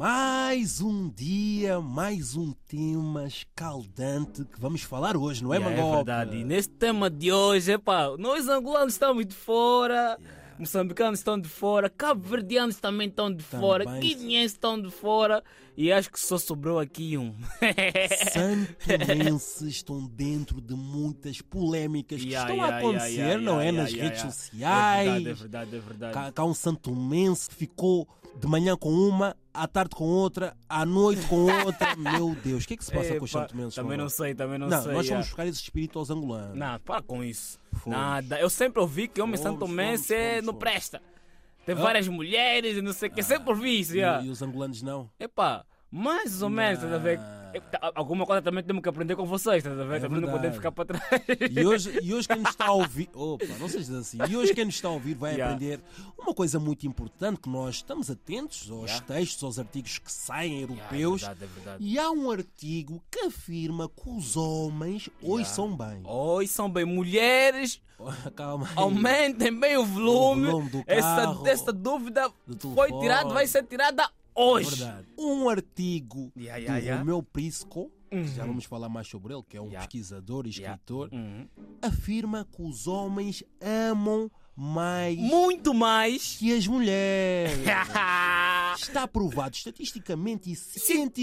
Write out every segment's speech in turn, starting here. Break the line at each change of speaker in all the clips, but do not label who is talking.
Mais um dia, mais um tema escaldante que vamos falar hoje, não é,
Yeah,
Mangope?
É verdade. E neste tema de hoje, epá, nós angolanos estamos de fora, moçambicanos estão de fora, cabo-verdianos também estão de
Também.
fora, guineenses estão de fora e acho que só sobrou aqui um.
Santimenses estão dentro de muitas polémicas que
Yeah,
estão
yeah,
a
yeah,
acontecer,
yeah,
não é?
yeah,
Nas
yeah,
redes
yeah.
sociais.
É verdade, é verdade, é
Cá,
verdade.
cá um santumense que ficou de manhã com uma, à tarde com outra, à noite com outra. Meu Deus, o que é que se passa com os
Epá,
santumenses?
Também não
Mangope?
sei, também não,
Não,
sei.
nós
yeah.
vamos buscar esse espírito aos angolanos.
Não, para com isso.
Fomos.
Nada. Eu sempre ouvi que homem
Fomos,
santo mês é-
fomos,
não
fomos.
presta. Tem
Ah.
várias mulheres e não sei o que. Sempre ouvi isso.
E-
yeah.
E os angolanos não?
Epá, mais ou menos, estás a ver?
Não.
Eu- tá, Alguma coisa também temos que aprender com vocês, estás a ver?
É
também não
verdade.
podemos ficar para trás.
E hoje, e hoje quem nos está a ouvir. Opa, não sejas assim. E hoje quem nos está a ouvir vai
Yeah.
aprender uma coisa muito importante: que nós estamos atentos aos
Yeah.
textos, aos artigos que saem europeus.
Deus. é verdade.
e há um artigo que afirma que os homens hoje
Yeah. Oh,
são bem.
Oi, são bem mulheres,
Calma aí.
aumentem bem o volume.
volume do
essa,
carro,
essa dúvida
do
foi
telefone.
tirada, vai ser tirada
É
hoje.
verdade. Um artigo
Yeah,
do
yeah, yeah.
Romeu Prisco, que já
Uhum.
vamos falar mais sobre ele, que é um
Yeah.
pesquisador e
Yeah.
escritor,
Uhum.
afirma que os homens amam mais
Muito mais.
que as mulheres. Está provado estatisticamente e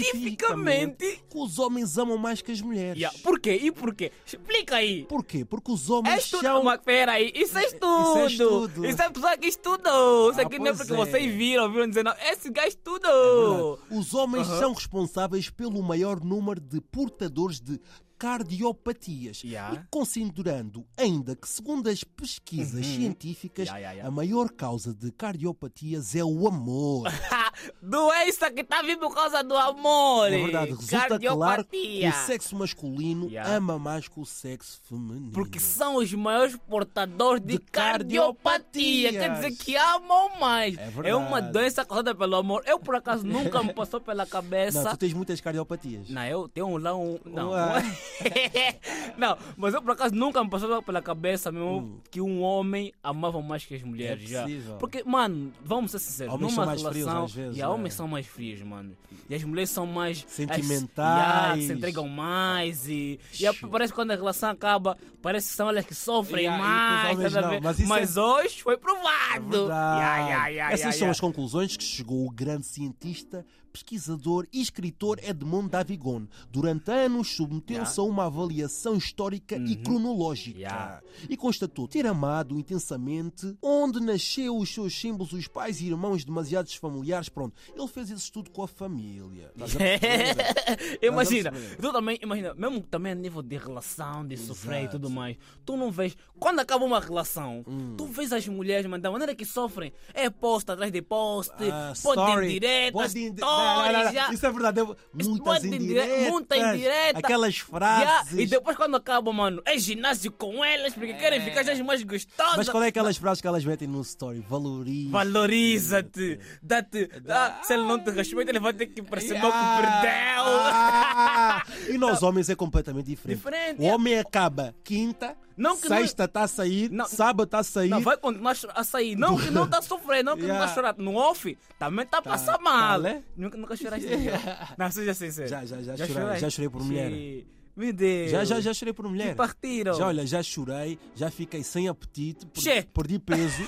cientificamente
Cientificamente.
que os homens amam mais que as mulheres.
Yeah. Por quê? E por quê? Explica aí.
Porquê? Porque os homens
É estudo,
são...
mas peraí, isso é
Isso um- é
estudo.
estudo.
Isso é pessoa que estudou. Isso
Ah,
aqui não é
pois
porque
é.
vocês viram, viram dizer, não, esse gajo estudou.
Verdade. Os homens
Aham.
são responsáveis pelo maior número de portadores de cardiopatias.
Yeah.
E considerando ainda que, segundo as pesquisas científicas,
Uhum. Yeah, yeah, yeah.
a maior causa de cardiopatias é o amor.
Ha, Doença que tá vindo por causa do amor.
Na É verdade, resulta claro que
Cardiopatia.
o sexo masculino
Yeah.
ama mais que o sexo feminino.
Porque são os maiores portadores
De
de, cardiopatia. Quer
cardiopatias.
dizer que amam mais.
É
uma
verdade.
doença causada pelo amor. Eu, por acaso, nunca me passou pela cabeça.
Não, tu tens muitas cardiopatias.
Não, eu tenho lá um. Não.
Ué.
não, mas eu por acaso nunca me passou pela cabeça mesmo que um homem amava mais que as mulheres.
Uh. É
já.
possível.
Porque, mano, vamos ser sinceros,
Homens
numa
são mais frios
relação.
às vezes,
e a homens
é.
são mais frios, mano. E as mulheres são mais.
Sentimentais.
as- e, ah, se entregam mais e. E a-
Shoo.
parece que quando a relação acaba, parece que são elas que sofrem
Yeah, e os
mais.
homens
estás a
não,
ver?
mas isso é-
hoje foi
É
provado.
verdade.
Yeah, yeah, yeah,
Essas
yeah,
são
yeah.
as conclusões que chegou o grande cientista, pesquisador e escritor Edmond Davigon. Durante anos submeteu-se
Yeah.
a uma avaliação histórica
Uhum.
e cronológica
Yeah.
e constatou ter amado intensamente onde nasceu os seus símbolos, os pais e irmãos demasiados familiares. Pronto, ele fez esse estudo com a família. Estás a perceber?
É. imagina,
Mas vamos ver.
tu também, imagina, mesmo também a nível de relação, de sofrer e
Exato. Hum.
tudo mais, tu não vês, quando acaba uma relação, tu vês as mulheres, mas da maneira que sofrem, é post atrás de post,
Ah,
pode
story.
indiretas,
Pode indi- Não, não, não, não.
stories, já.
Isso é verdade. Eu- Muitas
pode indire-
indiretas.
muita indireta.
Aquelas
já.
frases.
E depois quando acaba, mano, é ginásio com elas, porque querem ficar as mais gostosas.
É. Mas qual é aquelas frases que elas metem no story? Valoriza.
Valoriza-te, dá-te, dá- se ele não te respeita, ele vai ter que perceber que perdeu.
Ah! e nós homens é completamente diferente.
Diferente,
o
é.
homem acaba quinta,
Não que não-
sexta está a sair,
Não.
sábado está a sair.
Não, vai continuar cho- a sair. Não que não tá sofrendo, não que não
Yeah.
tá chorando. No off, também tá, passando mal.
tá, né?
Nunca, nunca choraste. Yeah. Não, seja sincero.
Já, já, já chorei, já chorei por mulher.
Sim. Meu Deus.
Já, já, já chorei por mulher.
Que partiram.
Já, olha, já chorei, já fiquei sem apetite, per-
Che.
perdi peso.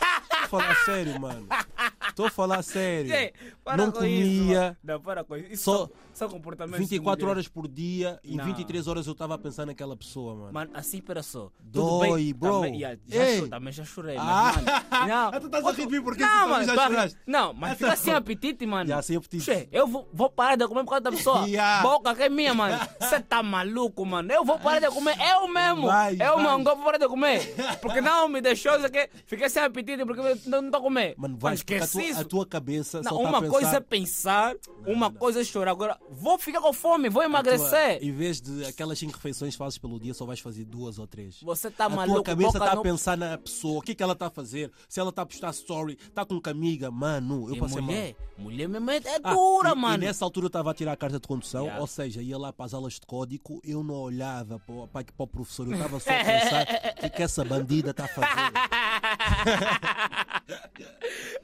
Estou a falar sério, mano. Estou a falar sério.
Ei, para
não
com isso,
comia.
mano. não, para com isso. Isso
Só-
são- são comportamentos. de
24
mulher.
horas por dia e
Não.
23 horas eu estava a pensar naquela pessoa, mano.
Mano, assim, pera só.
Dói,
Tudo bem.
bro.
Também, yeah, já,
Ei.
chorei, também já chorei.
Ah.
Mas, mano, não.
Ah, tu estás a rir de mim porque tu
não,
também
mano,
já
tá-
choraste.
Não, mas fica sem apetite, mano.
Já, sem apetite.
Che, eu vou, vou parar de comer por causa da pessoa.
Ya.
Boca que é minha, mano. Você tá maluco, mano. Eu vou parar de comer. Eu mesmo.
Vai,
eu,
vai.
mano, vou parar de comer. Porque não me deixou, isso aqui. Fiquei sem apetite porque eu não, não tô a comer.
Mano, vai, porque a
esquece
tua,
isso.
a tua cabeça só
Não,
tá a
uma
pensar...
coisa é pensar, uma coisa é chorar. Agora, vou ficar com fome, vou emagrecer.
Tua- Em vez de aquelas 5 refeições que fazes pelo dia, só vais fazer duas ou três.
Você tá
a
maluco,
tua cabeça
boca
está
não-
a pensar na pessoa, o que, que ela está a fazer, se ela está a postar story, está com amiga, mano, eu
E
passei
É mulher,
mal.
mulher mesmo é, é
Ah,
dura,
e-
mano.
E nessa altura eu estava a tirar a carta de condução,
Yeah.
ou seja, ia lá para as aulas de código, eu não olhava para, o- para, para o professor, eu estava só a pensar o que, que essa bandida está a tá fazer.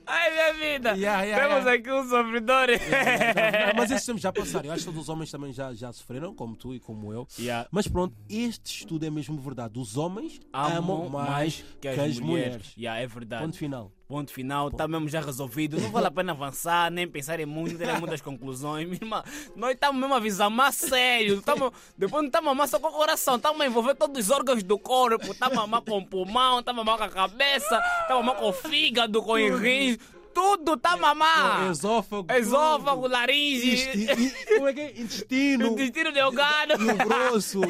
Ai, minha vida!
Yeah, yeah,
Temos
yeah.
aqui um sofredor.
É, Não, Mas esses tempos já passaram. Eu acho que todos os homens também já, já sofreram, como tu e como eu.
Yeah.
Mas pronto, este estudo é mesmo verdade. Os homens amam, mais que as, mulheres.
Yeah, é verdade.
Ponto final.
Ponto final, está mesmo já resolvido. Não vale a pena avançar, nem pensar em muito, ter muitas conclusões. Minha irmã, nós estamos mesmo a avisar mais sério. Tamo, depois não estamos a amar só com o coração, estamos a envolver todos os órgãos do corpo. Estamos a amar com o pulmão, estamos a amar com a cabeça, estamos a amar com o fígado, com o rins. Tudo está a mamar.
Ah, Esófago.
Esófago,
tudo. Insti-
laringe,
in- Como é que é? Intestino.
intestino delgado.
No grosso.